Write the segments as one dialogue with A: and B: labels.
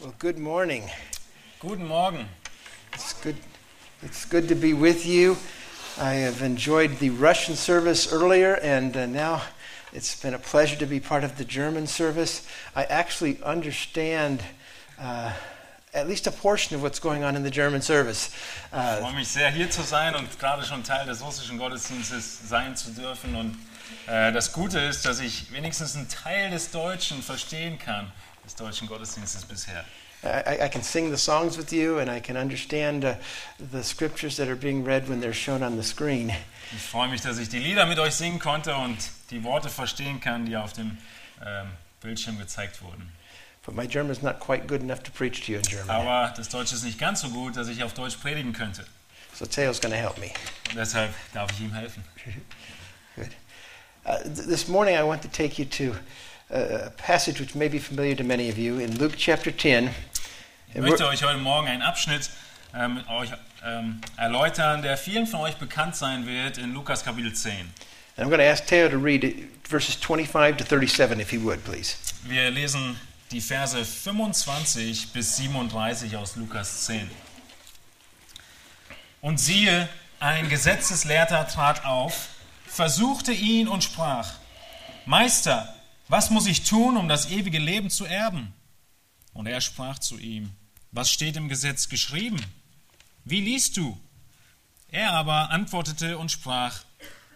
A: Well, good morning.
B: Guten Morgen.
A: It's good. It's good to be with you. I have enjoyed the Russian service earlier, and uh, now it's been a pleasure to be part of the German service. I actually understand uh, at least a portion of what's going on in the German service.
B: Ich
A: Uh,
B: freue mich sehr, hier zu sein und gerade schon Teil des russischen Gottesdienstes sein zu dürfen. Und äh, das Gute ist, dass ich wenigstens einen Teil des Deutschen verstehen kann, des deutschen Gottesdienstes bisher.
A: I, I- I can sing the songs with you, and I can understand uh, the scriptures that are being read when they're shown on the screen.
B: Ich freue mich, dass ich die Lieder mit euch singen konnte und die Worte verstehen kann, die auf dem ähm, Bildschirm gezeigt wurden.
A: But my German is not quite good enough to preach to you in German,
B: Aber das Deutsche ist nicht ganz so gut, dass ich auf Deutsch predigen könnte.
A: so Teo's going to help me.
B: Und deshalb darf ich ihm helfen.
A: Uh, th- this morning I want to take you to uh, a passage which may be familiar to many of you in Luke chapter 10.
B: Ich
A: And
B: möchte
A: we're,
B: euch heute Morgen einen Abschnitt ähm, euch, ähm, erläutern, der vielen von euch bekannt sein wird in Lukas Kapitel 10.
A: I'm going to ask Teo to read it, verses 25 to 37, if he would, please.
B: Wir lesen die Verse 25 bis 37 aus Lukas 10. Und siehe, ein Gesetzeslehrer trat auf, versuchte ihn und sprach, Meister, was muss ich tun, um das ewige Leben zu erben? Und er sprach zu ihm, was steht im Gesetz geschrieben? Wie liest du? Er aber antwortete und sprach,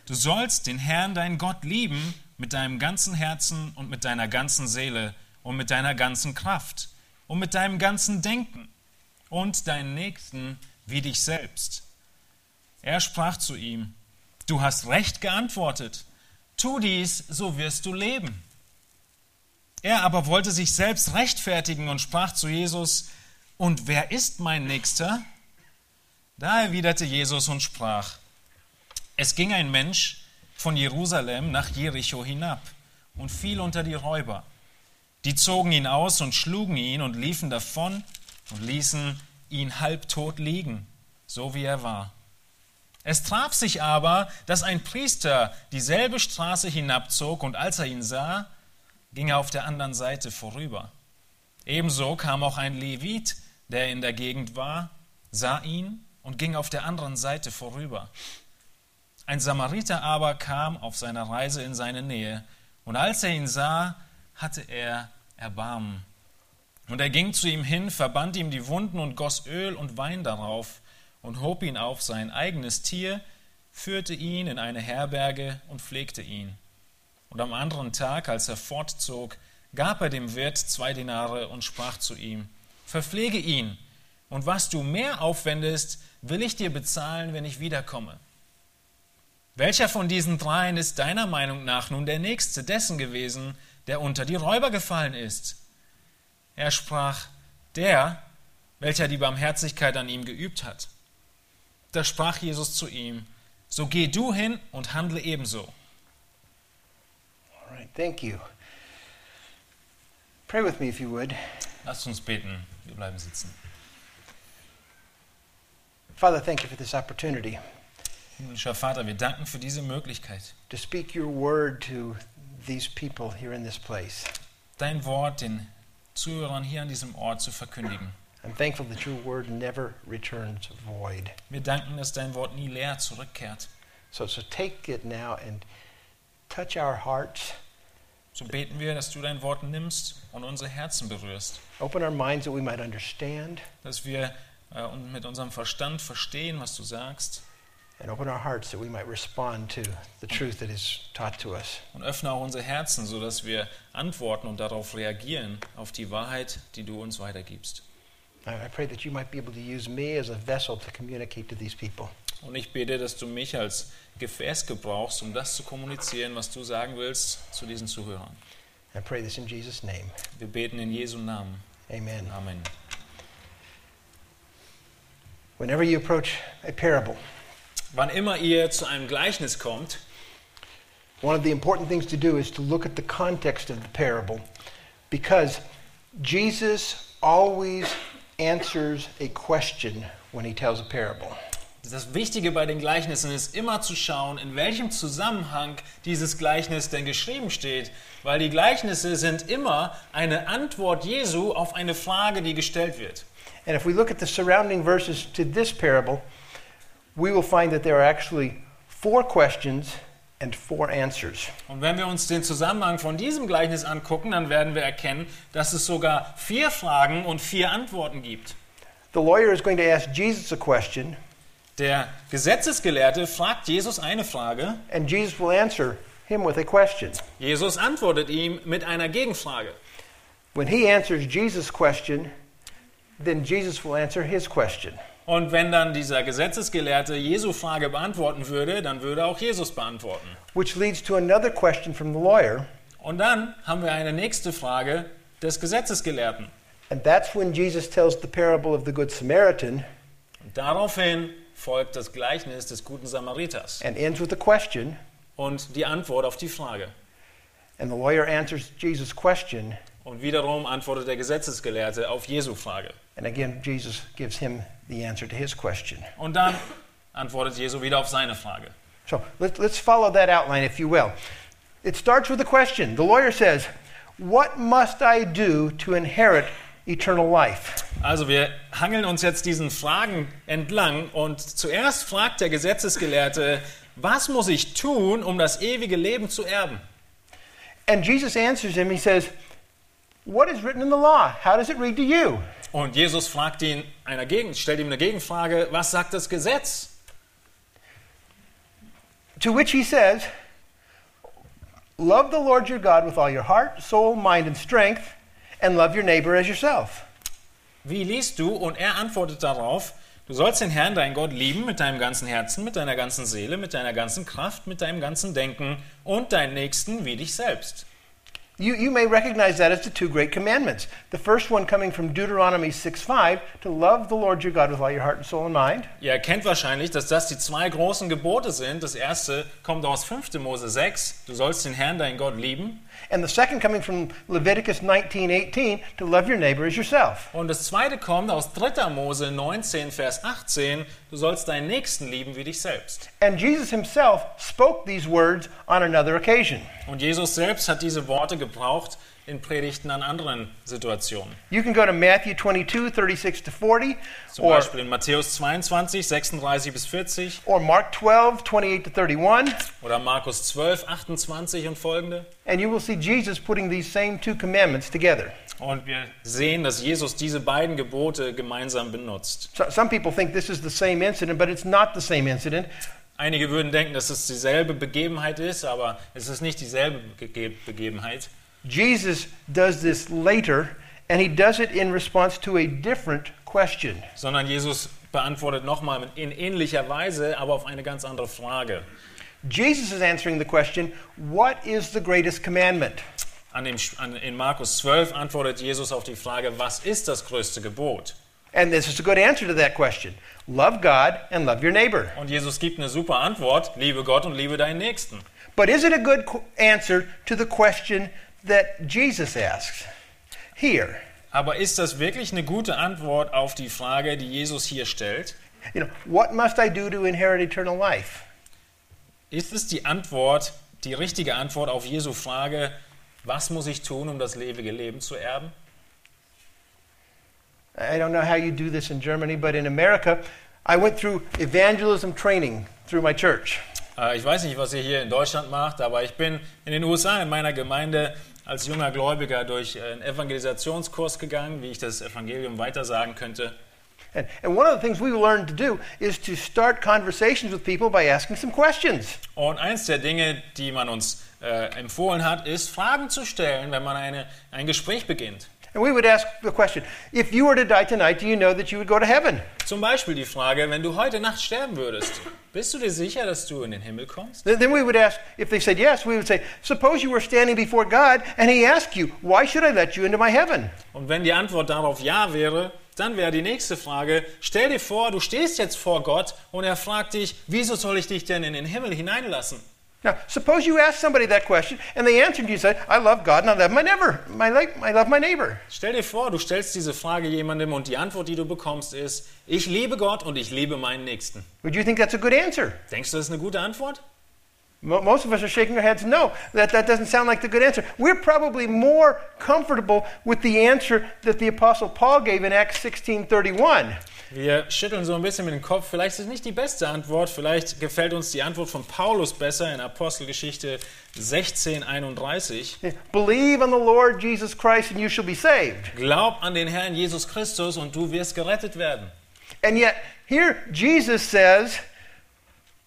B: Du sollst den Herrn, deinen Gott, lieben mit deinem ganzen Herzen und mit deiner ganzen Seele und mit deiner ganzen Kraft und mit deinem ganzen Denken und deinen Nächsten wie dich selbst. Er sprach zu ihm, Du hast recht geantwortet, tu dies, so wirst du leben. Er aber wollte sich selbst rechtfertigen und sprach zu Jesus, Und wer ist mein Nächster? Da erwiderte Jesus und sprach, es ging ein Mensch von Jerusalem nach Jericho hinab und fiel unter die Räuber. Die zogen ihn aus und schlugen ihn und liefen davon und ließen ihn halbtot liegen, so wie er war. Es traf sich aber, dass ein Priester dieselbe Straße hinabzog und als er ihn sah, ging er auf der anderen Seite vorüber. Ebenso kam auch ein Levit, der in der Gegend war, sah ihn und ging auf der anderen Seite vorüber. Ein Samariter aber kam auf seiner Reise in seine Nähe, und als er ihn sah, hatte er Erbarmen. Und er ging zu ihm hin, verband ihm die Wunden und goss Öl und Wein darauf und hob ihn auf sein eigenes Tier, führte ihn in eine Herberge und pflegte ihn. Und am anderen Tag, als er fortzog, gab er dem Wirt zwei Denare und sprach zu ihm, Verpflege ihn, und was du mehr aufwendest, will ich dir bezahlen, wenn ich wiederkomme. Welcher von diesen dreien ist deiner Meinung nach nun der Nächste dessen gewesen, der unter die Räuber gefallen ist? Er sprach, der, welcher die Barmherzigkeit an ihm geübt hat. Da sprach Jesus zu ihm, so geh du hin und handle ebenso.
A: All right, thank you. Pray with me, if you would.
B: Lasst uns beten, wir bleiben sitzen.
A: Father, thank you for this opportunity
B: Himmlischer Vater, wir danken für diese Möglichkeit,
A: to speak your word to these people here in this place.
B: dein Wort den Zuhörern hier an diesem Ort zu verkündigen.
A: I'm thankful that your word never returns void.
B: Wir danken, dass dein Wort nie leer zurückkehrt.
A: So, so take it now and touch our hearts.
B: So beten wir, dass du dein Wort nimmst und unsere Herzen berührst.
A: Open our minds that we might understand,
B: dass wir äh, und mit unserem Verstand verstehen, was du sagst
A: and open our hearts that we might respond to the truth that is taught to us.
B: und öffne auch unsere Herzen, sodass wir antworten und darauf reagieren, auf die Wahrheit, die du uns weitergibst.
A: I I pray that you might be able to use me as a vessel to communicate to these people.
B: Und ich bete, dass du mich als Gefäß gebrauchst, um das zu kommunizieren, was du sagen willst zu diesen Zuhörern.
A: I pray this in Jesus' name.
B: Wir beten in Jesu Namen.
A: Amen.
B: Amen.
A: Whenever you approach a parable,
B: Wann immer ihr zu einem Gleichnis kommt,
A: one of the important things to do is to look at the context of the parable because Jesus always answers a question when he tells a parable.
B: Das Wichtige bei den Gleichnissen ist immer zu schauen, in welchem Zusammenhang dieses Gleichnis denn geschrieben steht, weil die Gleichnisse sind immer eine Antwort Jesu auf eine Frage, die gestellt wird.
A: And if we look at the surrounding verses to this parable, we will find that there are actually four questions and four answers.
B: Und wenn wir uns den Zusammenhang von diesem Gleichnis angucken, dann werden wir erkennen, dass es sogar vier Fragen und vier Antworten gibt.
A: The lawyer is going to ask Jesus a question,
B: Der Gesetzesgelehrte fragt Jesus eine Frage,
A: and Jesus will answer him with a question.
B: Jesus antwortet ihm mit einer Gegenfrage.
A: When he answers Jesus' question, then Jesus will answer his question.
B: Und wenn dann dieser Gesetzesgelehrte Jesu Frage beantworten würde, dann würde auch Jesus beantworten.
A: Which leads to another question from the lawyer,
B: Und dann haben wir eine nächste Frage des Gesetzesgelehrten.
A: and that's when Jesus tells the parable of the Good Samaritan
B: Und daraufhin folgt das Gleichnis des guten Samariters
A: and ends with a question,
B: und die Antwort auf die Frage.
A: and the lawyer answers Jesus' question,
B: Und wiederum antwortet der Gesetzesgelehrte auf Jesu Frage.
A: and again Jesus gives him the answer to his question.
B: Und dann antwortet Jesu wieder auf seine Frage.
A: So let, let's follow that outline, if you will. It starts with a question. The lawyer says, What must I do to inherit eternal life?
B: Also wir hangeln uns jetzt diesen Fragen entlang und zuerst fragt der Gesetzesgelehrte, was muss ich tun, um das ewige Leben zu erben?
A: And Jesus answers him, He says, What is written in the law? How does it read to you?
B: Und Jesus fragt ihn einer Gegen, stellt ihm eine Gegenfrage, was sagt das Gesetz?
A: To which he says, Love the Lord your God with all your heart, soul, mind, and strength, and love your neighbor as yourself.
B: Wie liest du? Und er antwortet darauf, du sollst den Herrn, deinen Gott, lieben mit deinem ganzen Herzen, mit deiner ganzen Seele, mit deiner ganzen Kraft, mit deinem ganzen Denken und deinen Nächsten wie dich selbst.
A: You, you may recognize that as the two great commandments. The first one coming from Deuteronomy 6 5, to love the Lord your God with all your heart and soul and mind.
B: Ihr erkennt wahrscheinlich, dass das die zwei großen Gebote sind. Das erste kommt aus 5. Mose 6, du sollst den Herrn, deinen Gott, lieben.
A: And the second coming from Leviticus 19:18 to love your neighbor as yourself.
B: Und das zweite kommt aus 3. Mose 19, Vers 18, du sollst deinen Nächsten lieben wie dich selbst.
A: And Jesus himself spoke these words on another occasion.
B: Und Jesus selbst hat diese Worte gebraucht in Predigten an anderen Situationen.
A: You can go to Matthew 22:36 to 40
B: Zum
A: or
B: Beispiel in Matthäus 22, 36 bis 40
A: or Mark 12:28 to 31
B: oder Markus 12, 28 und folgende.
A: and you will see Jesus putting these same two commandments together.
B: Und wir sehen, dass Jesus diese beiden Gebote gemeinsam benutzt.
A: So, some people think this is the same incident, but it's not the same incident.
B: Einige würden denken, dass es dieselbe Begebenheit ist, aber es ist nicht dieselbe Bege- Begebenheit.
A: Jesus does this later and he does it in response to a different question.
B: sondern Jesus beantwortet nochmal in ähnlicher Weise, aber auf eine ganz andere Frage.
A: Jesus is answering the question, what is the greatest commandment?
B: An dem, an, in Markus 12 antwortet Jesus auf die Frage, was ist das größte Gebot?
A: And this is a good answer to that question. Love God and love your neighbor.
B: Und Jesus gibt eine super Antwort, liebe Gott und liebe deinen Nächsten.
A: But is it a good qu- answer to the question that Jesus asks? Here,
B: Aber ist das wirklich eine gute Antwort auf die Frage, die Jesus hier stellt?
A: you know, what must I do to inherit eternal life?
B: Ist es die Antwort, die richtige Antwort auf Jesu Frage, was muss ich tun, um das ewige Leben zu erben?
A: I don't know how you do this in Germany, but in America, I went through evangelism training through my church.
B: Äh, Ich weiß nicht, was ihr hier in Deutschland macht, aber ich bin in den USA in meiner Gemeinde als junger Gläubiger durch äh, einen Evangelisationskurs gegangen, wie ich das Evangelium weitersagen könnte.
A: And, and one of the things we learned to do is to start conversations with people by asking some questions.
B: Und eins der Dinge, die man uns äh, empfohlen hat, ist, Fragen zu stellen, wenn man eine, ein Gespräch beginnt.
A: And we would ask the question if you were to die tonight, do you know that you would go to heaven?
B: Zum Beispiel die Frage, wenn du heute Nacht sterben würdest, bist du dir sicher, dass du in den Himmel kommst?
A: Th- Then we would ask, if they said yes, we would say, Suppose you were standing before God and he asked you, Why should I let you into my heaven?
B: Und wenn die Antwort darauf ja wäre, dann wäre die nächste Frage, stell dir vor, du stehst jetzt vor Gott und er fragt dich, wieso soll ich dich denn in den Himmel hineinlassen?
A: Now, suppose you ask somebody that question and they answered you say, I love God and I love my neighbor. My, like, I love my neighbor.
B: Stell dir vor, du stellst diese Frage jemandem und die Antwort, die du bekommst, ist, ich liebe Gott und ich liebe meinen Nächsten.
A: Would you think that's a good answer?
B: Denkst du, das ist eine gute Antwort?
A: Mo- Most of us are shaking our heads, no, that, that doesn't sound like the good answer. We're probably more comfortable with the answer that the Apostle Paul gave in Acts 16.31.
B: Wir schütteln so ein bisschen mit dem Kopf. Vielleicht ist es nicht die beste Antwort. Vielleicht gefällt uns die Antwort von Paulus besser in Apostelgeschichte 16, 31.
A: Believe on the Lord Jesus Christ and you shall be saved.
B: Glaub an den Herrn Jesus Christus und du wirst gerettet werden.
A: And yet, here Jesus says,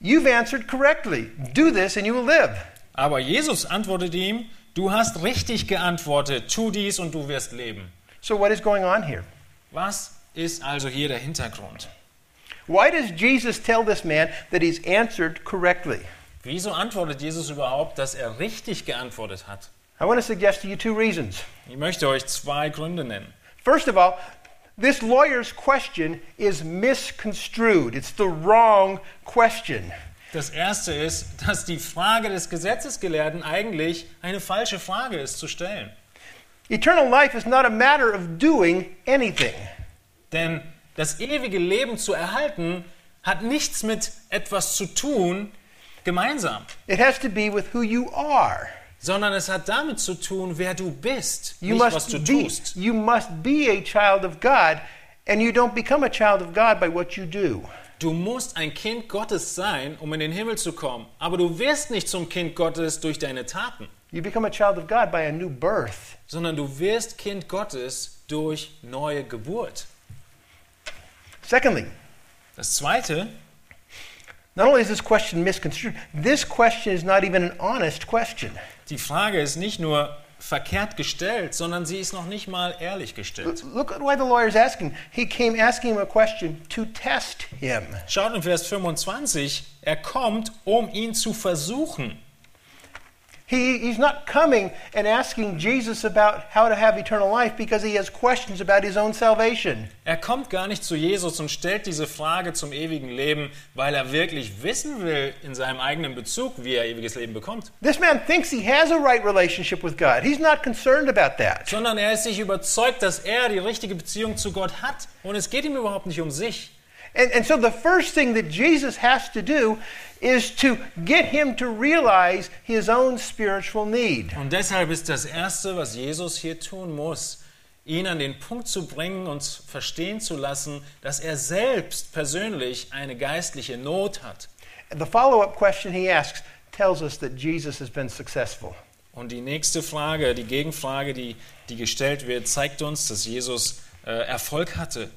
A: You've answered correctly. Do this and you will live.
B: Aber Jesus antwortet ihm, du hast richtig geantwortet. Tu dies und du wirst leben.
A: So, what is going on here?
B: Was ist also hier der Hintergrund?
A: Why does Jesus tell this man that he's answered correctly?
B: Wieso antwortet Jesus überhaupt, dass er richtig geantwortet hat?
A: I want to suggest to you two reasons.
B: Ich möchte euch zwei Gründe nennen.
A: First of all, this lawyer's question is misconstrued, it's the wrong question.
B: Das erste ist, dass die Frage des Gesetzesgelehrten eigentlich eine falsche Frage ist zu stellen.
A: Eternal life is not a matter of doing anything.
B: Denn das ewige Leben zu erhalten hat nichts mit etwas zu tun gemeinsam,
A: It has to be with who you are.
B: sondern es hat damit zu tun, wer du bist,
A: You
B: nicht was du
A: must be,
B: tust.
A: you must be a child of God, and you don't become a child of God by what you do.
B: Du musst ein Kind Gottes sein, um in den Himmel zu kommen, aber du wirst nicht zum Kind Gottes durch deine Taten,
A: You become a child of God by a new birth.
B: sondern du wirst Kind Gottes durch neue Geburt.
A: Secondly,
B: Das zweite,
A: not only is this question misconstrued, this question is not even an honest question.
B: die Frage ist nicht nur verkehrt gestellt, sondern sie ist noch nicht mal ehrlich
A: L-
B: gestellt.
A: Look at why the lawyer's asking. He came asking him a question to test him.
B: Schaut in Vers 25, er kommt, um ihn zu versuchen.
A: He, he's not coming and asking Jesus about how to have eternal life because he has questions about his own salvation.
B: Er kommt gar nicht zu Jesus und stellt diese Frage zum ewigen Leben, weil er wirklich wissen will in seinem eigenen Bezug, wie er ewiges Leben bekommt,
A: This man thinks he has a right relationship with God. He's not concerned about that.
B: sondern er ist sich überzeugt, dass er die richtige Beziehung zu Gott hat und es geht ihm überhaupt nicht um sich.
A: And, and so the first thing that Jesus has to do is to get him to realize his own spiritual need.
B: Und deshalb ist das Erste, was Jesus hier tun muss, ihn an den Punkt zu bringen und verstehen zu lassen, dass er selbst persönlich eine geistliche Not hat.
A: The follow up question he asks tells us that Jesus has been successful.
B: Und die nächste Frage, die Gegenfrage, die, die gestellt wird, zeigt uns, dass Jesus äh, Erfolg hatte.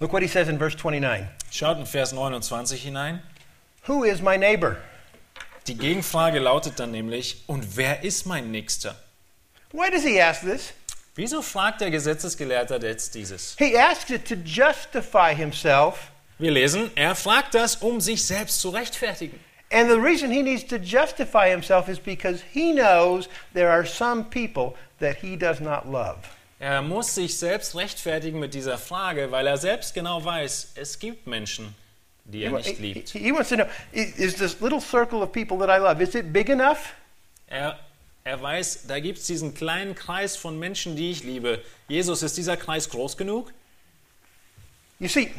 A: Look what he says in verse 29
B: Schaut in Vers 29 hinein.
A: Who is my neighbor?
B: Die Gegenfrage lautet dann nämlich, und wer ist mein Nächster?
A: Why does he ask this?
B: Wieso fragt der Gesetzesgelehrte jetzt dieses?
A: He asks it to justify himself.
B: Wir lesen, er fragt das, um sich selbst zu rechtfertigen.
A: And the reason he needs to justify himself is because he knows there are some people that he does not love.
B: Er muss sich selbst rechtfertigen mit dieser Frage, weil er selbst genau weiß, es gibt Menschen, die er nicht
A: He,
B: liebt.
A: he- he wants to know i- is this little circle of people that I love, is it big enough?
B: Er, er weiß, da gibt es diesen kleinen Kreis von Menschen, die ich liebe. Jesus, ist dieser Kreis groß genug?
A: You see,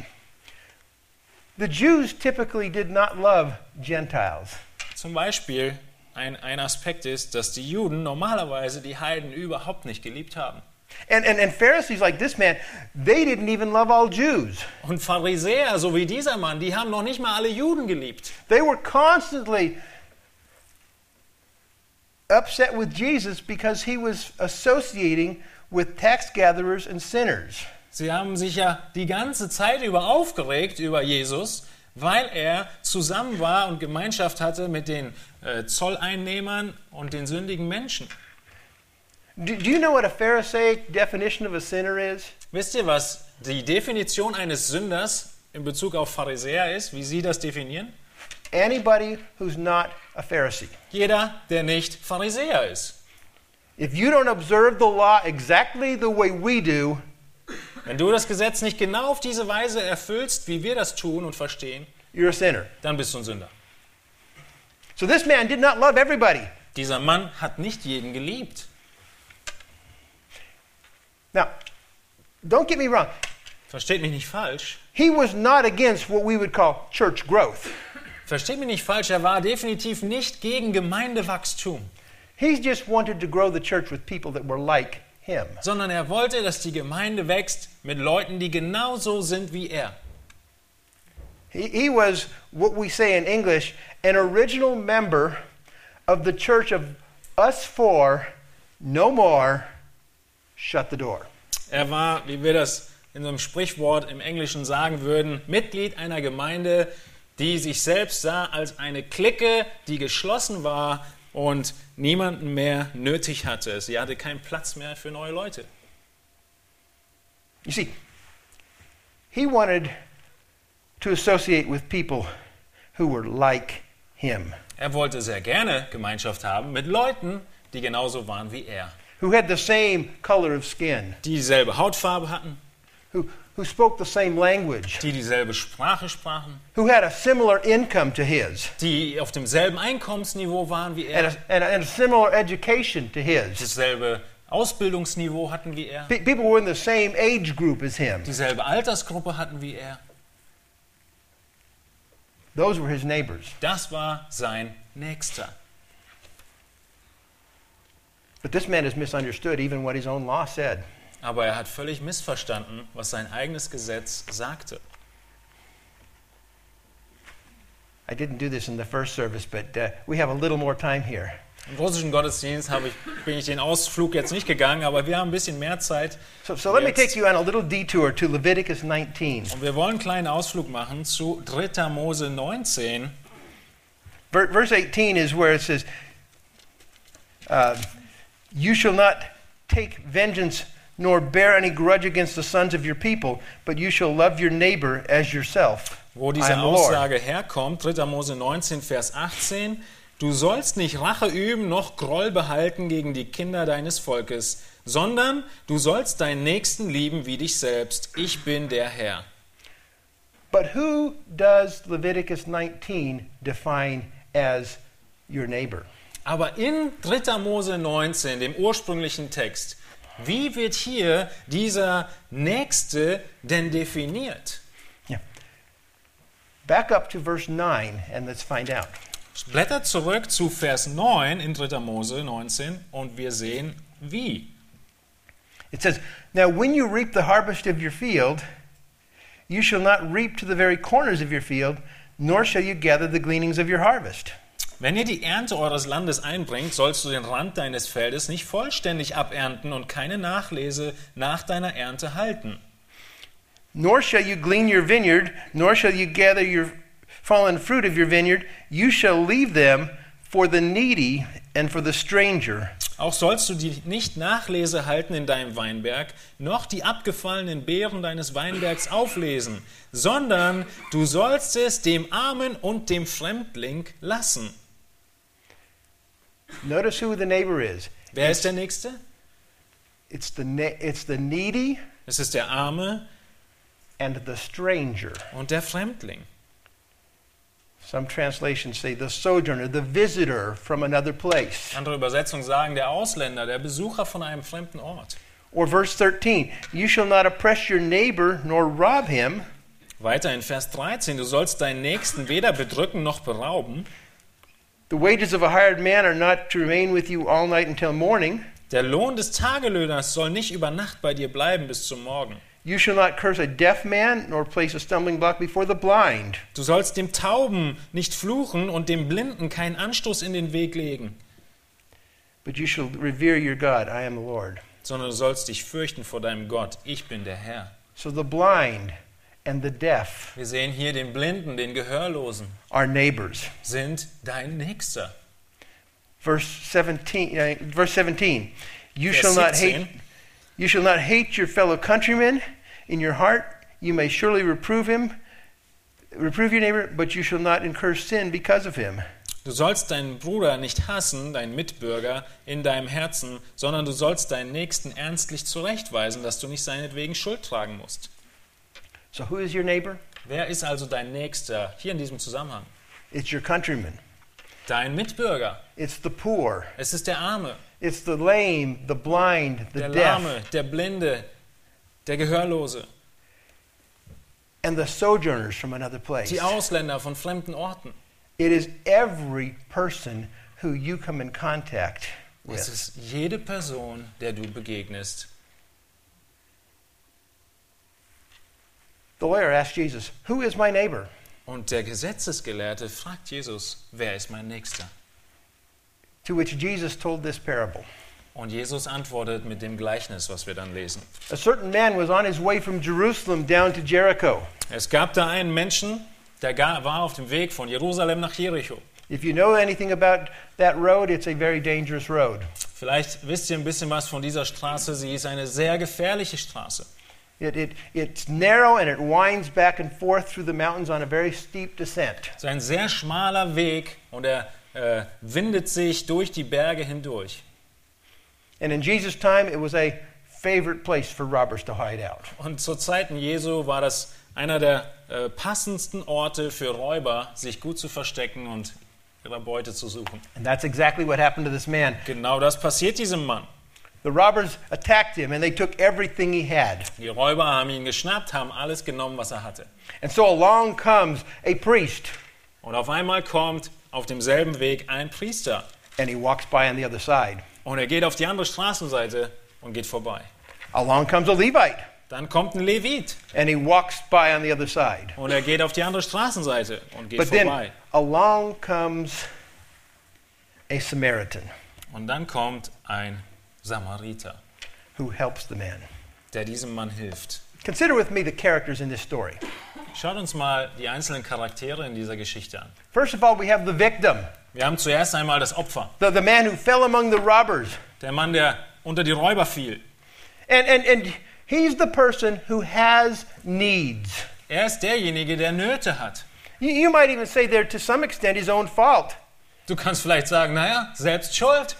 A: the Jews typically did not love Gentiles.
B: Zum Beispiel, ein, ein Aspekt ist, dass die Juden normalerweise die Heiden überhaupt nicht geliebt haben.
A: And, and, and Pharisees like this man, they didn't even love all Jews.
B: Und Pharisäer, so wie dieser Mann, die haben noch nicht mal alle Juden geliebt.
A: They were constantly upset with Jesus because he was associating with tax gatherers and sinners.
B: Sie haben sich ja die ganze Zeit über aufgeregt über Jesus, weil er zusammen war und Gemeinschaft hatte mit den äh, Zolleinnehmern und den sündigen Menschen.
A: Do, do you know what a Pharisaic definition of a sinner is?
B: Wisst ihr, was die Definition eines Sünders in Bezug auf Pharisäer ist, wie Sie das definieren?
A: Anybody who's not a Pharisee.
B: Jeder, der nicht Pharisäer ist.
A: If you don't observe the law exactly the way we do,
B: Wenn du das Gesetz nicht genau auf diese Weise erfüllst, wie wir das tun und verstehen,
A: you're a sinner.
B: dann bist du ein Sünder.
A: So this man did not love everybody.
B: Dieser Mann hat nicht jeden geliebt.
A: Now, don't get me wrong.
B: Versteht mich nicht falsch.
A: He was not against what we would call church growth.
B: Versteht mich nicht falsch, er war definitiv nicht gegen Gemeindewachstum,
A: He just wanted to grow the church with people that were like him.
B: sondern er wollte, dass die Gemeinde wächst mit Leuten, die genauso sind wie er.
A: He, he was what we say in English an original member of the church of us four, no more, shut the door.
B: Er war, wie wir das in so einem Sprichwort im Englischen sagen würden, Mitglied einer Gemeinde, die sich selbst sah als eine Clique, die geschlossen war und niemanden mehr nötig hatte. Sie hatte keinen Platz mehr für neue Leute.
A: You see, he wanted to associate with people who were like him,
B: Er wollte sehr gerne Gemeinschaft haben mit Leuten, die genauso waren wie er,
A: who had the same color of skin,
B: die dieselbe Hautfarbe hatten,
A: who, who spoke the same language,
B: die dieselbe Sprache sprachen,
A: who had a similar income to his.
B: die auf demselben Einkommensniveau waren wie
A: And
B: er,
A: a, and, a, and a similar education to his.
B: dasselbe Ausbildungsniveau hatten wie er,
A: Pe- people were in the same age group as him.
B: dieselbe Altersgruppe hatten wie er.
A: Those were his neighbors.
B: Das war sein Nächster.
A: But this man has misunderstood even what his own law said.
B: Aber er hat völlig missverstanden, was sein eigenes Gesetz sagte.
A: I didn't do this in the first service, but uh, we have a little more time here.
B: Im russischen Gottesdienst habe ich, bin ich den Ausflug jetzt nicht gegangen, aber wir haben ein bisschen mehr Zeit.
A: So, so let me
B: Jetzt.
A: take you on a little detour to Leviticus 19,
B: Und wir wollen einen kleinen Ausflug machen zu 3. Mose 19.
A: Ver- verse 18 is where it says, uh, You shall not take vengeance nor bear any grudge against the sons of your people, but you shall love your neighbor as yourself.
B: Wo
A: I
B: diese
A: am the Lord.
B: Aussage herkommt, 3. Mose 19, Vers 18, du sollst nicht Rache üben noch Groll behalten gegen die Kinder deines Volkes, sondern du sollst deinen Nächsten lieben wie dich selbst. Ich bin der Herr.
A: But who does Leviticus 19 define as your neighbor?
B: Aber in 3. Mose 19, dem ursprünglichen Text, wie wird hier dieser Nächste denn definiert?
A: Yeah. Back up to verse 9 and let's find out.
B: Blätter zurück zu Vers 9 in 3. Mose 19 und wir sehen wie.
A: It says, Now when you reap the harvest of your field, you shall not reap to the very corners of your field, nor shall you gather the gleanings of your harvest.
B: Wenn ihr die Ernte eures Landes einbringt, sollst du den Rand deines Feldes nicht vollständig abernten und keine Nachlese nach deiner Ernte halten.
A: Nor shall you glean your vineyard, nor shall you gather your fallen fruit of your vineyard. You shall leave them for the needy and for the stranger.
B: Auch sollst du die nicht Nachlese halten in deinem Weinberg, noch die abgefallenen Beeren deines Weinbergs auflesen, sondern du sollst es dem Armen und dem Fremdling lassen.
A: Notice who the neighbor is.
B: Wer ist der Nächste?
A: It's the, ne- it's the needy
B: Es ist der Arme
A: and the stranger.
B: und der Fremdling.
A: Some translations say the sojourner, the visitor from another place.
B: Andere Übersetzungen sagen der Ausländer, der Besucher von einem fremden Ort.
A: Or verse 13, you shall not oppress your neighbor nor rob him.
B: Weiter in Vers 13, du sollst deinen Nächsten weder bedrücken noch berauben.
A: The wages of a hired man are not to remain with you all night until morning.
B: Der Lohn des Tagelöhners soll nicht über Nacht bei dir bleiben bis zum Morgen.
A: You shall not curse a deaf man nor place a stumbling block before the blind.
B: Du sollst dem Tauben nicht fluchen und dem Blinden keinen Anstoß in den Weg legen,
A: But you shall revere your God. I am the Lord.
B: sondern du sollst dich fürchten vor deinem Gott. Ich bin der Herr.
A: So the blind and the deaf
B: Wir sehen hier den Blinden, den Gehörlosen,
A: are neighbors.
B: sind dein Nächster.
A: Verse 17, uh, verse 17 you
B: Vers
A: shall not
B: 17.
A: hate you shall not hate your fellow countrymen in your heart you may surely reprove him reprove your neighbor but you shall not incur sin because of him
B: Du sollst deinen Bruder nicht hassen, deinen Mitbürger, in deinem Herzen, sondern du sollst deinen Nächsten ernstlich zurechtweisen, dass du nicht seinetwegen Schuld tragen musst.
A: so who is your neighbor
B: Wer ist also dein Nächster hier in diesem Zusammenhang?
A: it's your countryman
B: dein Mitbürger.
A: It's the poor.
B: Es ist der Arme,
A: It's the lame, the blind, the
B: der
A: deaf,
B: Lahme, der Blinde, der Gehörlose,
A: and the sojourners from another place.
B: die Ausländer von fremden Orten.
A: It is every person who you come in contact
B: Es
A: with.
B: ist jede Person, der du begegnest.
A: The lawyer asked Jesus, Who is my neighbor?
B: Und der Gesetzesgelehrte fragt Jesus, wer ist mein Nächster?
A: To which Jesus told this parable.
B: Und Jesus antwortet mit dem Gleichnis, was wir dann lesen.
A: A certain man was on his way from Jerusalem down to Jericho.
B: Es gab da einen Menschen, der ga- war auf dem Weg von Jerusalem nach Jericho.
A: If you know anything about that road, it's a very dangerous road.
B: Vielleicht wisst ihr ein bisschen was von dieser Straße. Sie ist eine sehr gefährliche Straße.
A: It, it, it's narrow and it winds back and forth through the mountains on a very steep descent.
B: Es ist ein sehr schmaler Weg und er äh, windet sich durch die Berge hindurch.
A: And in Jesus' time, it was a favorite place for robbers to hide out.
B: Und zu Zeiten Jesu war das einer der äh, passendsten Orte für Räuber, sich gut zu verstecken und ihre Beute zu suchen.
A: And that's exactly what happened to this man.
B: Genau das passiert diesem Mann.
A: The robbers attacked him and they took everything he had.
B: Die Räuber haben ihn geschnappt, haben alles genommen, was er hatte.
A: And so along comes a priest
B: Und auf einmal kommt auf demselben Weg ein Priester
A: and he walks by on the other side.
B: und er geht auf die andere Straßenseite und geht vorbei.
A: Along comes a Levite
B: Dann kommt ein Levit
A: and he walks by on the other side.
B: und er geht auf die andere Straßenseite und geht
A: But then
B: vorbei.
A: along comes a Samaritan
B: Und dann kommt ein Samariter,
A: who helps the man.
B: der diesem Mann hilft.
A: Consider with me the characters in this story.
B: Schaut uns mal die einzelnen Charaktere in dieser Geschichte an.
A: First of all, we have the victim,
B: Wir haben zuerst einmal das Opfer,
A: the, the man who fell among the robbers.
B: der Mann, der unter die Räuber fiel.
A: And, and, and he's the person who has needs.
B: Er ist derjenige, der Nöte hat.
A: You, you might even say they're to some extent his own fault.
B: Du kannst vielleicht sagen, naja, selbst schuld.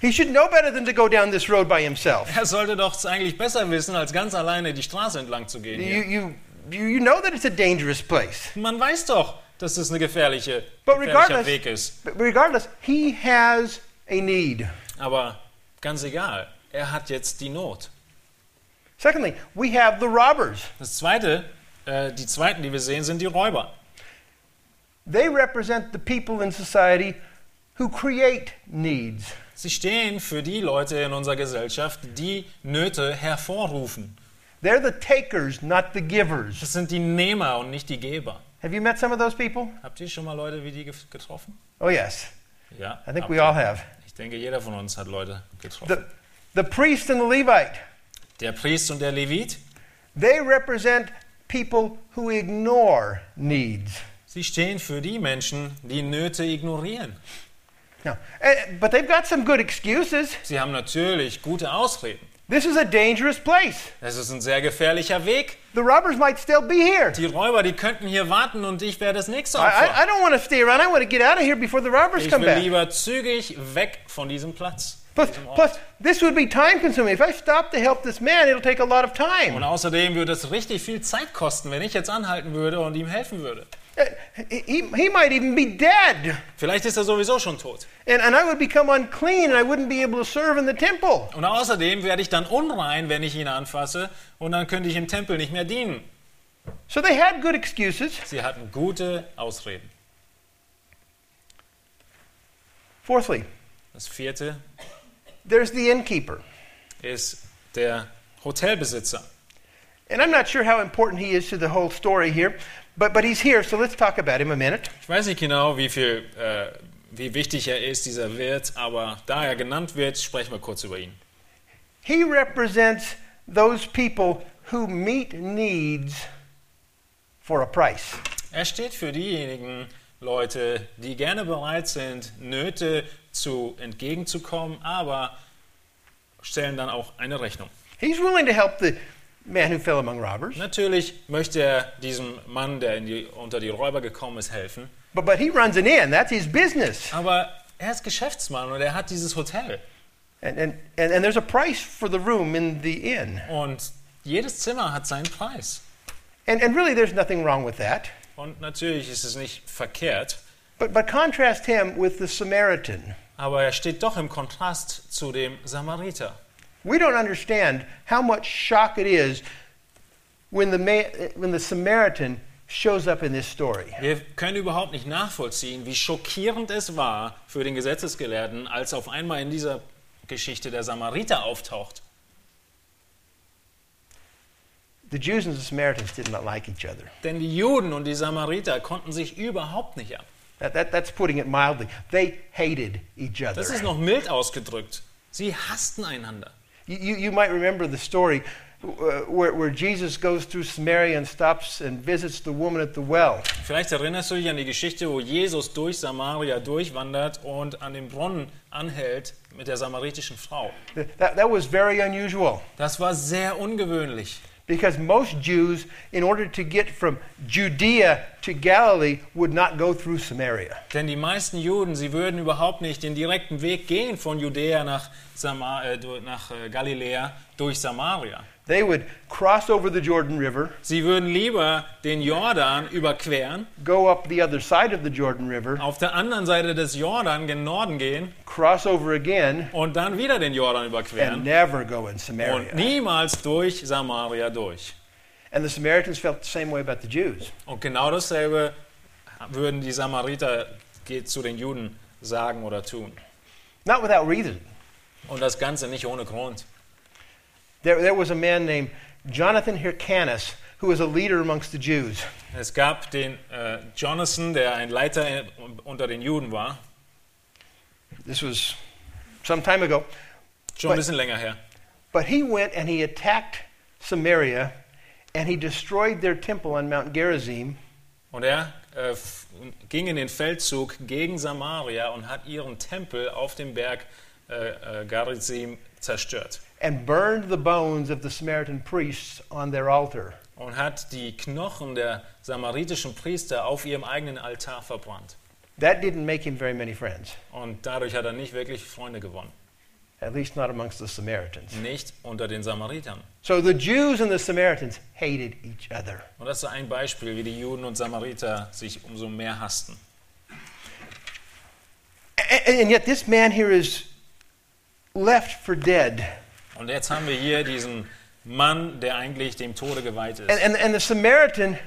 A: He should know better than to go down this road by himself.
B: Er sollte doch es eigentlich besser wissen, als ganz alleine die Straße entlang zu gehen.
A: You,
B: Hier.
A: you, you, you know that it's a dangerous place.
B: Man weiß doch, dass das eine gefährliche,
A: But
B: gefährlicher
A: regardless-
B: Weg ist.
A: But regardless, he has a need.
B: Aber ganz egal, er hat jetzt die Not.
A: Secondly, we have the robbers.
B: Das zweite, äh, die zweiten, die wir sehen, sind die Räuber.
A: They represent the people in society who create needs.
B: Sie stehen für die Leute in unserer Gesellschaft, die Nöte hervorrufen.
A: They're the takers, not the givers.
B: Das sind die Nehmer und nicht die Geber.
A: Have you met some of those people?
B: Habt ihr schon mal Leute wie die gef- getroffen?
A: Oh, yes.
B: Ja.
A: I think
B: habt
A: we
B: ihr.
A: all have.
B: Ich denke, jeder von uns hat Leute getroffen.
A: The, the priest and the Levite,
B: der Priest und der Levit,
A: they represent people who ignore needs.
B: sie stehen für die Menschen, die Nöte ignorieren.
A: Now, eh, but they've got some good excuses.
B: Sie haben natürlich gute Ausreden.
A: This is a dangerous place.
B: Es ist ein sehr gefährlicher Weg.
A: The robbers might still be here.
B: Die Räuber, die könnten hier warten und ich wäre das nächste
A: I, I,
B: Opfer.
A: I don't want to stay around. I want to get out of here before the robbers
B: Ich
A: come
B: will
A: back.
B: lieber zügig weg von diesem Platz.
A: Plus,
B: diesem Ort.
A: plus, this would be time consuming. If I stop to help this man, it'll take a lot of
B: Und
A: time.
B: außerdem würde es richtig viel Zeit kosten, wenn ich jetzt anhalten würde und ihm helfen würde.
A: Uh, He, he might even be dead.
B: Vielleicht ist er sowieso schon tot.
A: And, and I would become unclean and I wouldn't be able to serve in the temple.
B: Und außerdem werde ich dann unrein, wenn ich ihn anfasse, und dann könnte ich im Tempel nicht mehr dienen.
A: So they had good excuses.
B: Sie hatten gute Ausreden.
A: Fourthly,
B: Das vierte
A: there's the innkeeper.
B: ist der Hotelbesitzer.
A: And I'm not sure how important he is to the whole story here, but, but he's here, so let's talk about him a minute.
B: Ich weiß nicht genau, wie viel, äh, wie wichtig er ist, dieser Wirt, aber da er genannt wird, sprechen wir kurz über ihn.
A: He represents those people who meet needs for a price.
B: Er steht für diejenigen Leute, die gerne bereit sind, Nöte zu entgegenzukommen, aber stellen dann auch eine Rechnung.
A: He's willing to help the man who fell among robbers,
B: Natürlich möchte er diesem Mann, der in die, unter die Räuber gekommen ist, helfen,
A: but, but he runs an inn. That's his business.
B: aber er ist Geschäftsmann und er hat dieses Hotel.
A: And, and, and, and there's a price for the room in the inn.
B: Und jedes Zimmer hat seinen Preis.
A: And, and really, there's nothing wrong with that.
B: Und natürlich ist es nicht verkehrt,
A: But, but contrast him with the Samaritan.
B: Aber er steht doch im Kontrast zu dem Samariter.
A: We don't understand how much shock it is when the, ma- when the Samaritan shows up in this story.
B: Wir können überhaupt nicht nachvollziehen, wie schockierend es war für den Gesetzesgelehrten, als auf einmal in dieser Geschichte der Samariter auftaucht.
A: The Jews and the Samaritans did not like each other.
B: Denn die Juden und die Samariter konnten sich überhaupt nicht ab.
A: That, that, that's putting it mildly. They hated each other.
B: Das ist noch mild ausgedrückt. Sie hassten einander.
A: You, you- you might remember the story uh, where, where Jesus goes through Samaria and stops and visits the woman at the well.
B: Vielleicht erinnerst du dich an die Geschichte, wo Jesus durch Samaria durchwandert und an dem Brunnen anhält mit der samaritischen Frau.
A: Th- That, that was very unusual
B: Das war sehr ungewöhnlich.
A: because most Jews, in order to get from Judea to Galilee, would not go through Samaria.
B: Denn die meisten Juden, sie würden überhaupt nicht den direkten Weg gehen von Judäa nach, Samar äh, du- nach äh, Galiläa durch Samaria.
A: They would cross over the Jordan River,
B: Sie würden lieber den Jordan überqueren,
A: go up the other side of the Jordan River,
B: auf der anderen Seite des Jordan gen Norden gehen
A: cross over again,
B: und dann wieder den Jordan
A: and
B: überqueren
A: never go in
B: und
A: Samaria.
B: niemals durch Samaria durch.
A: And the Samaritans felt the same way about the Jews.
B: Und genau dasselbe würden die Samariter ge- zu den Juden sagen oder tun.
A: Not without reason.
B: Und das Ganze nicht ohne Grund.
A: There, there was a man named Jonathan Hyrcanus who was a leader amongst the Jews.
B: Es gab den äh, Jonathan, der ein Leiter in- unter den Juden war,
A: This was some time ago.
B: schon ein bisschen länger her.
A: But he went and he attacked Samaria and he destroyed their temple on Mount Gerizim.
B: Und er äh, f- ging in den Feldzug gegen Samaria und hat ihren Tempel auf dem Berg äh, äh, Garizim zerstört
A: And burned the bones of the Samaritan priests on their altar.
B: und hat die Knochen der samaritischen Priester auf ihrem eigenen Altar verbrannt.
A: That didn't make him very many friends,
B: Und dadurch hat er nicht wirklich Freunde gewonnen.
A: at least not amongst the Samaritans.
B: nicht unter den Samaritern.
A: So the Jews and the Samaritans hated each other.
B: Und das ist ein Beispiel, wie die Juden und Samariter sich umso mehr hassten.
A: A- And yet this man here is left for dead.
B: Und jetzt haben wir hier diesen Mann, der eigentlich dem Tode geweiht
A: And,
B: ist.
A: and, and the Samaritan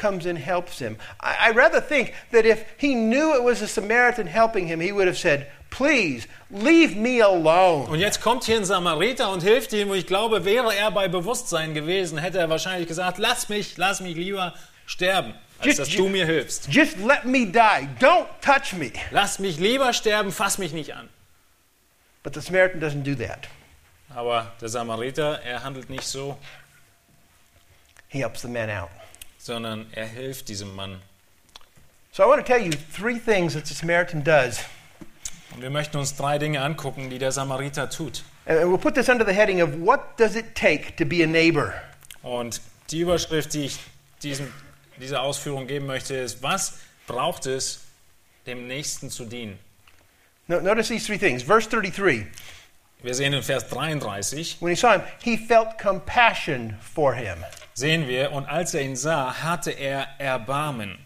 A: comes and helps him. I, I rather think that if he knew it was a Samaritan helping him, he would have said, Please, leave me alone.
B: Und jetzt kommt hier ein Samariter und hilft ihm. Und ich glaube, wäre er bei Bewusstsein gewesen, hätte er wahrscheinlich gesagt, lass mich, lass mich lieber sterben, als
A: Just-
B: dass
A: ju-
B: du mir hilfst.
A: Just let me die. Don't touch me.
B: Lass mich lieber sterben, fass mich nicht an.
A: But the Samaritan doesn't do that.
B: Aber der Samariter, er handelt nicht so,
A: He helps the man out.
B: sondern er hilft diesem Mann.
A: So I want to tell you three things that the Samaritan does.
B: Und wir möchten uns drei Dinge angucken, die der Samariter tut.
A: And we'll put this under the heading of What Does It Take to Be a Neighbor?
B: Und die Überschrift, die ich diesem, dieser Ausführung geben möchte, ist, was braucht es, dem Nächsten zu dienen?
A: No, notice these three things. Verse 33
B: Wir sehen in Vers 33,
A: When he saw him, he felt compassion for him.
B: sehen wir, und als er ihn sah, hatte er Erbarmen.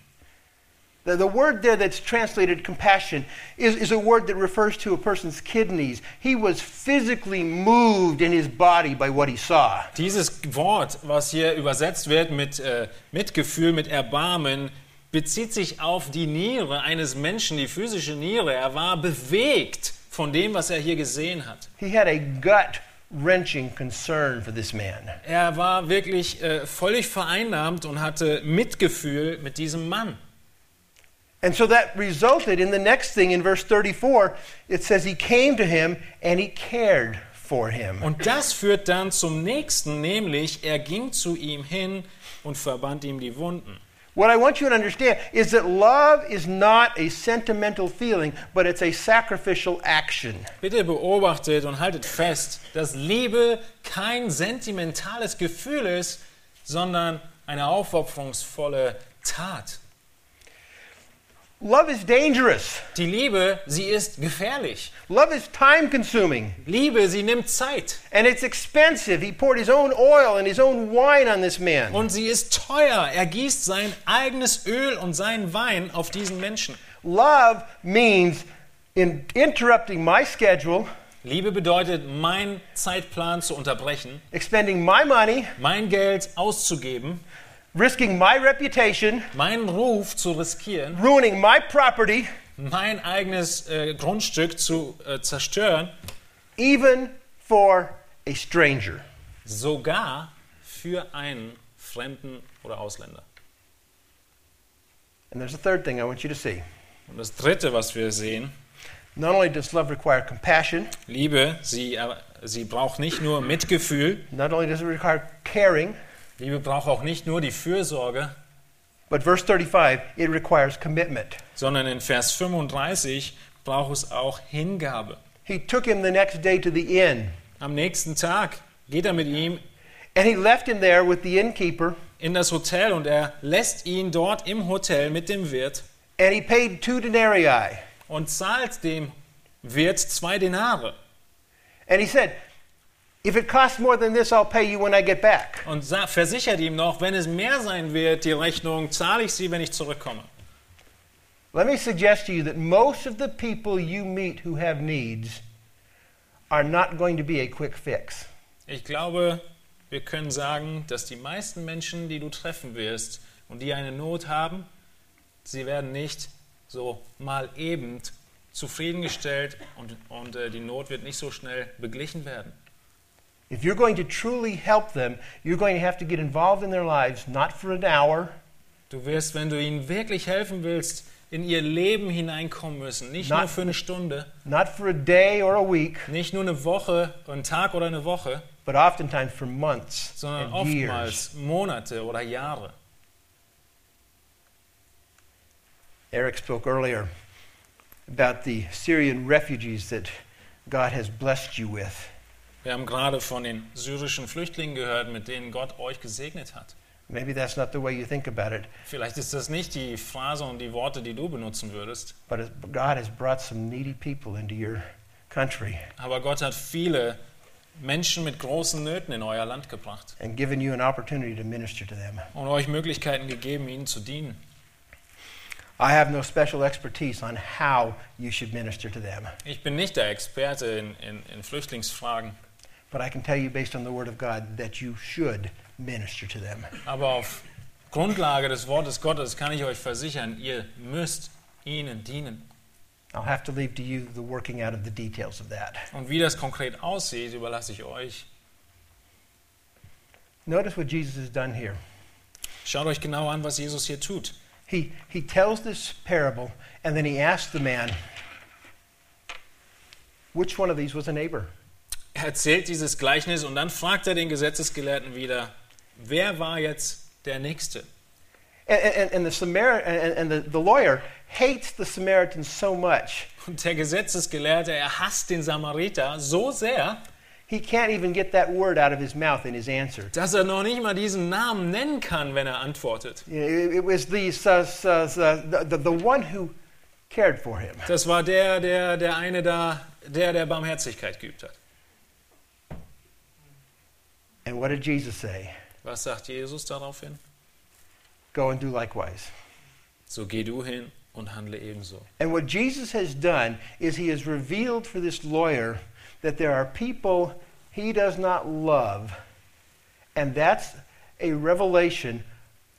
A: The, the word there that's translated compassion is, is a word that refers to a person's kidneys. He was physically moved in his body by what he saw.
B: Dieses Wort, was hier übersetzt wird mit äh, Mitgefühl, mit Erbarmen, bezieht sich auf die Niere eines Menschen, die physische Niere. Er war bewegt von dem, was er hier gesehen hat.
A: He had a gut wrenching concern for this man.
B: Er war wirklich äh, völlig vereinnahmt und hatte Mitgefühl mit diesem Mann.
A: And so that resulted in the next thing in verse 34. It says he came to him and he cared for him.
B: Und das führt dann zum nächsten, nämlich er ging zu ihm hin und verband ihm die Wunden.
A: What I want you to understand is that love is not a sentimental feeling, but it's a sacrificial action.
B: Bitte beobachtet und haltet fest, dass Liebe kein sentimentales Gefühl ist, sondern eine aufopferungsvolle Tat.
A: Love is dangerous.
B: Die Liebe, sie ist gefährlich.
A: Love is time consuming.
B: Liebe, sie nimmt Zeit
A: And it's expensive. He poured his own oil and his own wine on this man.
B: und sie ist teuer. Er gießt sein eigenes Öl und seinen Wein auf diesen Menschen.
A: Love means in interrupting my schedule,
B: Liebe bedeutet, meinen Zeitplan zu unterbrechen,
A: expending my money,
B: mein Geld auszugeben,
A: risking my reputation,
B: meinen Ruf zu riskieren,
A: ruining my property,
B: mein eigenes äh, Grundstück zu äh, zerstören,
A: even for a stranger.
B: sogar für einen Fremden oder Ausländer.
A: And there's a third thing I want you to see.
B: Und das Dritte, was wir sehen,
A: Not only does love require compassion,
B: Liebe, sie, äh, sie braucht nicht nur Mitgefühl,
A: not only does it require caring,
B: Liebe braucht auch nicht nur die Fürsorge,
A: but verse 35, it requires commitment.
B: sondern in Vers 35 braucht es auch Hingabe.
A: He took him the next day to the inn,
B: Am nächsten Tag geht er mit ihm
A: and he left him there with the innkeeper,
B: in das Hotel und er lässt ihn dort im Hotel mit dem Wirt
A: and he paid two denarii.
B: und zahlt dem Wirt zwei Denare
A: And he said, If it costs more than this, I'll pay you when I get back.
B: und sa- versichert ihm noch, wenn es mehr sein wird, die Rechnung, zahle ich sie, wenn ich zurückkomme.
A: Let me suggest to you that most of the people you meet who have needs are not going to be a quick fix.
B: Ich glaube, wir können sagen, dass die meisten Menschen, die du treffen wirst und die eine Not haben, sie werden nicht so mal eben zufriedengestellt und, und äh, die Not wird nicht so schnell beglichen werden.
A: If you're going to truly help them, you're going to have to get involved in their lives, not for an hour,
B: Du wirst, wenn du ihnen wirklich helfen willst, in ihr Leben hineinkommen müssen. Nicht
A: Na-
B: nur für eine Stunde,
A: not for a day or a week,
B: nicht nur eine Woche, einen Tag oder eine Woche,
A: but oftentimes for months
B: sondern
A: and years.
B: oftmals Monate oder Jahre.
A: Eric spoke earlier about the Syrian refugees that God has blessed you with.
B: Wir haben gerade von den syrischen Flüchtlingen gehört, mit denen Gott euch gesegnet hat.
A: Maybe that's not the way you think about it,
B: Vielleicht ist das nicht die Phrase und die Worte, die du benutzen würdest,
A: but it- God has brought some needy people into your country
B: aber Gott hat viele Menschen mit großen Nöten in euer Land gebracht
A: and given you an opportunity to minister to them.
B: und euch Möglichkeiten gegeben, ihnen zu dienen.
A: I have no special expertise on how you should minister to them,
B: Ich bin nicht der Experte in, in, in Flüchtlingsfragen,
A: but I can tell you based on the Word of God that you should minister to them.
B: aber auf Grundlage des Wortes Gottes kann ich euch versichern, ihr müsst ihnen dienen.
A: I'll have to leave to you the working out of the details of that.
B: Und wie das konkret aussieht, überlasse ich euch.
A: Notice what Jesus has done here.
B: Schaut euch genau an, was Jesus hier tut.
A: He, he tells this parable, and then he asks the man, which one of these was a neighbor?
B: Er erzählt dieses Gleichnis und dann fragt er den Gesetzesgelehrten wieder, wer war jetzt der Nächste?
A: And, and, and the, Samar- and, and the, the lawyer hates the Samaritan so much,
B: Und der Gesetzesgelehrte, er hasst den Samariter so sehr,
A: he can't even get that word out of his mouth in his answer.
B: dass er noch nicht mal diesen Namen nennen kann, wenn er antwortet.
A: You know, It, it was the, uh, the, the, the one who cared for him.
B: Das war der, der, der eine da, der, der Barmherzigkeit geübt hat.
A: And what did Jesus say?
B: Was sagt Jesus daraufhin?
A: Go and do likewise.
B: So geh du hin und handle ebenso.
A: And what Jesus has done is he has revealed for this lawyer that there are people he does not love. And that's a revelation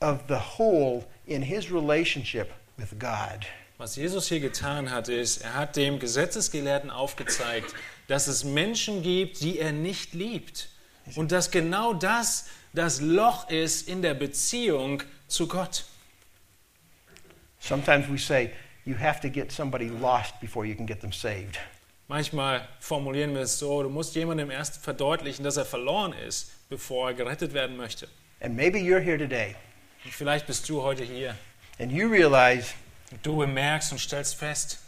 A: of the whole in his relationship with God.
B: Was Jesus hier getan hat, ist, er hat dem Gesetzesgelehrten aufgezeigt, dass es Menschen gibt, die er nicht liebt. Und dass genau das das Loch ist in der Beziehung zu Gott.
A: Sometimes we say, you have to get somebody lost before you can get them saved.
B: Manchmal formulieren wir es so, du musst jemandem erst verdeutlichen, dass er verloren ist, bevor er gerettet werden möchte.
A: And maybe you're here today
B: Und vielleicht bist du heute hier.
A: and you realize
B: Und du bemerkst und stellst fest,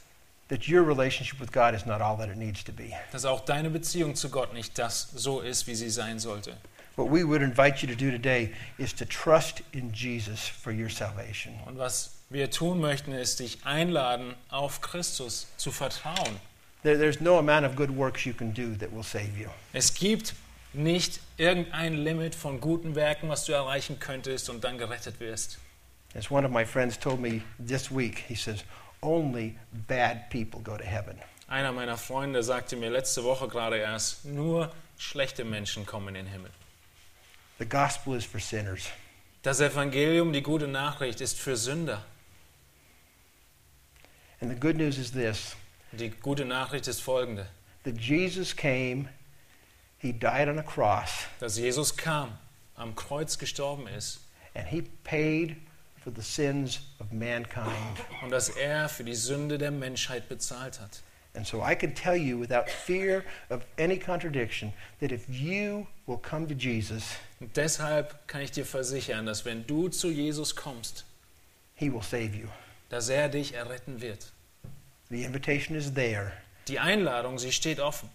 A: that your relationship with God is not all that it needs to be.
B: dass auch deine Beziehung zu Gott nicht das so ist, wie sie sein sollte.
A: What we would invite you to do today is to trust in Jesus for your salvation.
B: Und was wir tun möchten, ist dich einladen, auf Christus zu vertrauen.
A: There, there's no amount of good works you can do that will save you.
B: Es gibt nicht irgendein Limit von guten Werken, was du erreichen könntest und dann gerettet wirst.
A: As one of my friends told me this week, he says, only bad people go to heaven.
B: Einer meiner Freunde sagte mir letzte Woche gerade erst, nur schlechte Menschen kommen in den Himmel.
A: The gospel is for sinners.
B: Das Evangelium, die gute Nachricht, ist für Sünder.
A: And the good news is this
B: Die gute Nachricht ist folgende,
A: that Jesus came, he died on a cross,
B: dass Jesus kam, am Kreuz gestorben ist
A: and he paid for the sins of mankind.
B: und dass er für die Sünde der Menschheit bezahlt hat.
A: And so I can tell you without fear of any contradiction that if you will come to Jesus,
B: Und deshalb kann ich dir versichern, dass wenn du zu Jesus kommst,
A: he will save you.
B: dass er dich erretten wird.
A: The invitation is there.
B: Die Einladung, sie steht offen.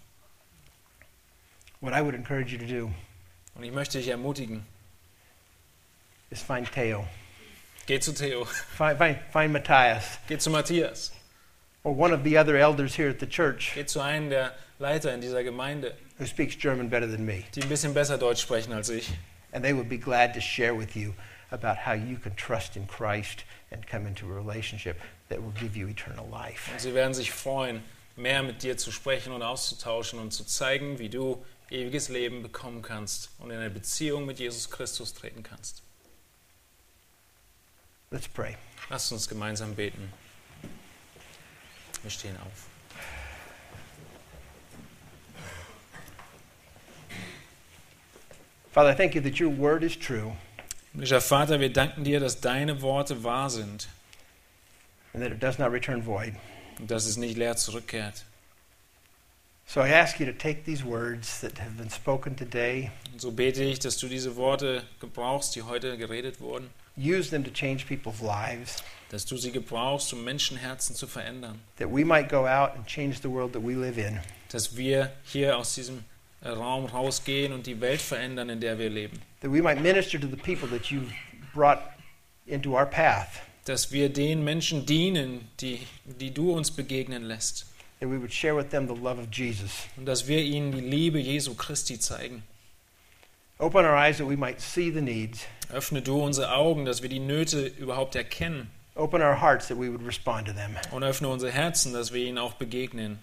A: What I would encourage you to do
B: Und ich möchte dich ermutigen,
A: is find Teo,
B: geh zu Theo,
A: find, find, find Matthias,
B: geh zu Matthias,
A: or one of the other elders here at the church
B: geh zu einem der Leiter in dieser Gemeinde,
A: who speaks German better than me,
B: die ein bisschen besser Deutsch sprechen als ich.
A: and they would be glad to share with you about how you can trust in Christ and come into a relationship that will give you eternal life.
B: Und sie werden sich freuen, mehr mit dir zu sprechen und auszutauschen und zu zeigen, wie du ewiges Leben bekommen kannst und in eine Beziehung mit Jesus Christus treten kannst.
A: Let's pray.
B: Lasst uns gemeinsam beten. Wir stehen auf.
A: Father, I thank you that your word is true
B: Himmlischer Vater, wir danken dir, dass deine Worte wahr sind
A: and that it does not return void.
B: und dass es nicht leer zurückkehrt.
A: So I ask you to take these words that have been spoken today,
B: Und so bete ich, dass du diese Worte gebrauchst, die heute geredet wurden,
A: use them to change people's lives,
B: dass du sie gebrauchst, um Menschenherzen zu verändern,
A: that we might go out and change the world that we live in.
B: dass wir hier aus diesem Raum rausgehen und die Welt verändern, in der wir leben,
A: that we might minister to the people that you've brought into our path,
B: dass wir den Menschen dienen, die, die du uns begegnen lässt
A: that we would share with them the love of Jesus.
B: und dass wir ihnen die Liebe Jesu Christi zeigen.
A: Open our eyes that we might see the needs.
B: Öffne du unsere Augen, dass wir die Nöte überhaupt erkennen
A: Open our hearts that we would respond to them.
B: und öffne unsere Herzen, dass wir ihnen auch begegnen.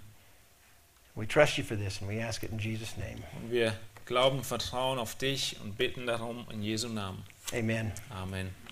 A: We trust you for this and we ask it in Jesus' name.
B: Und wir glauben, vertrauen auf dich und bitten darum in Jesu Namen.
A: Amen.
B: Amen.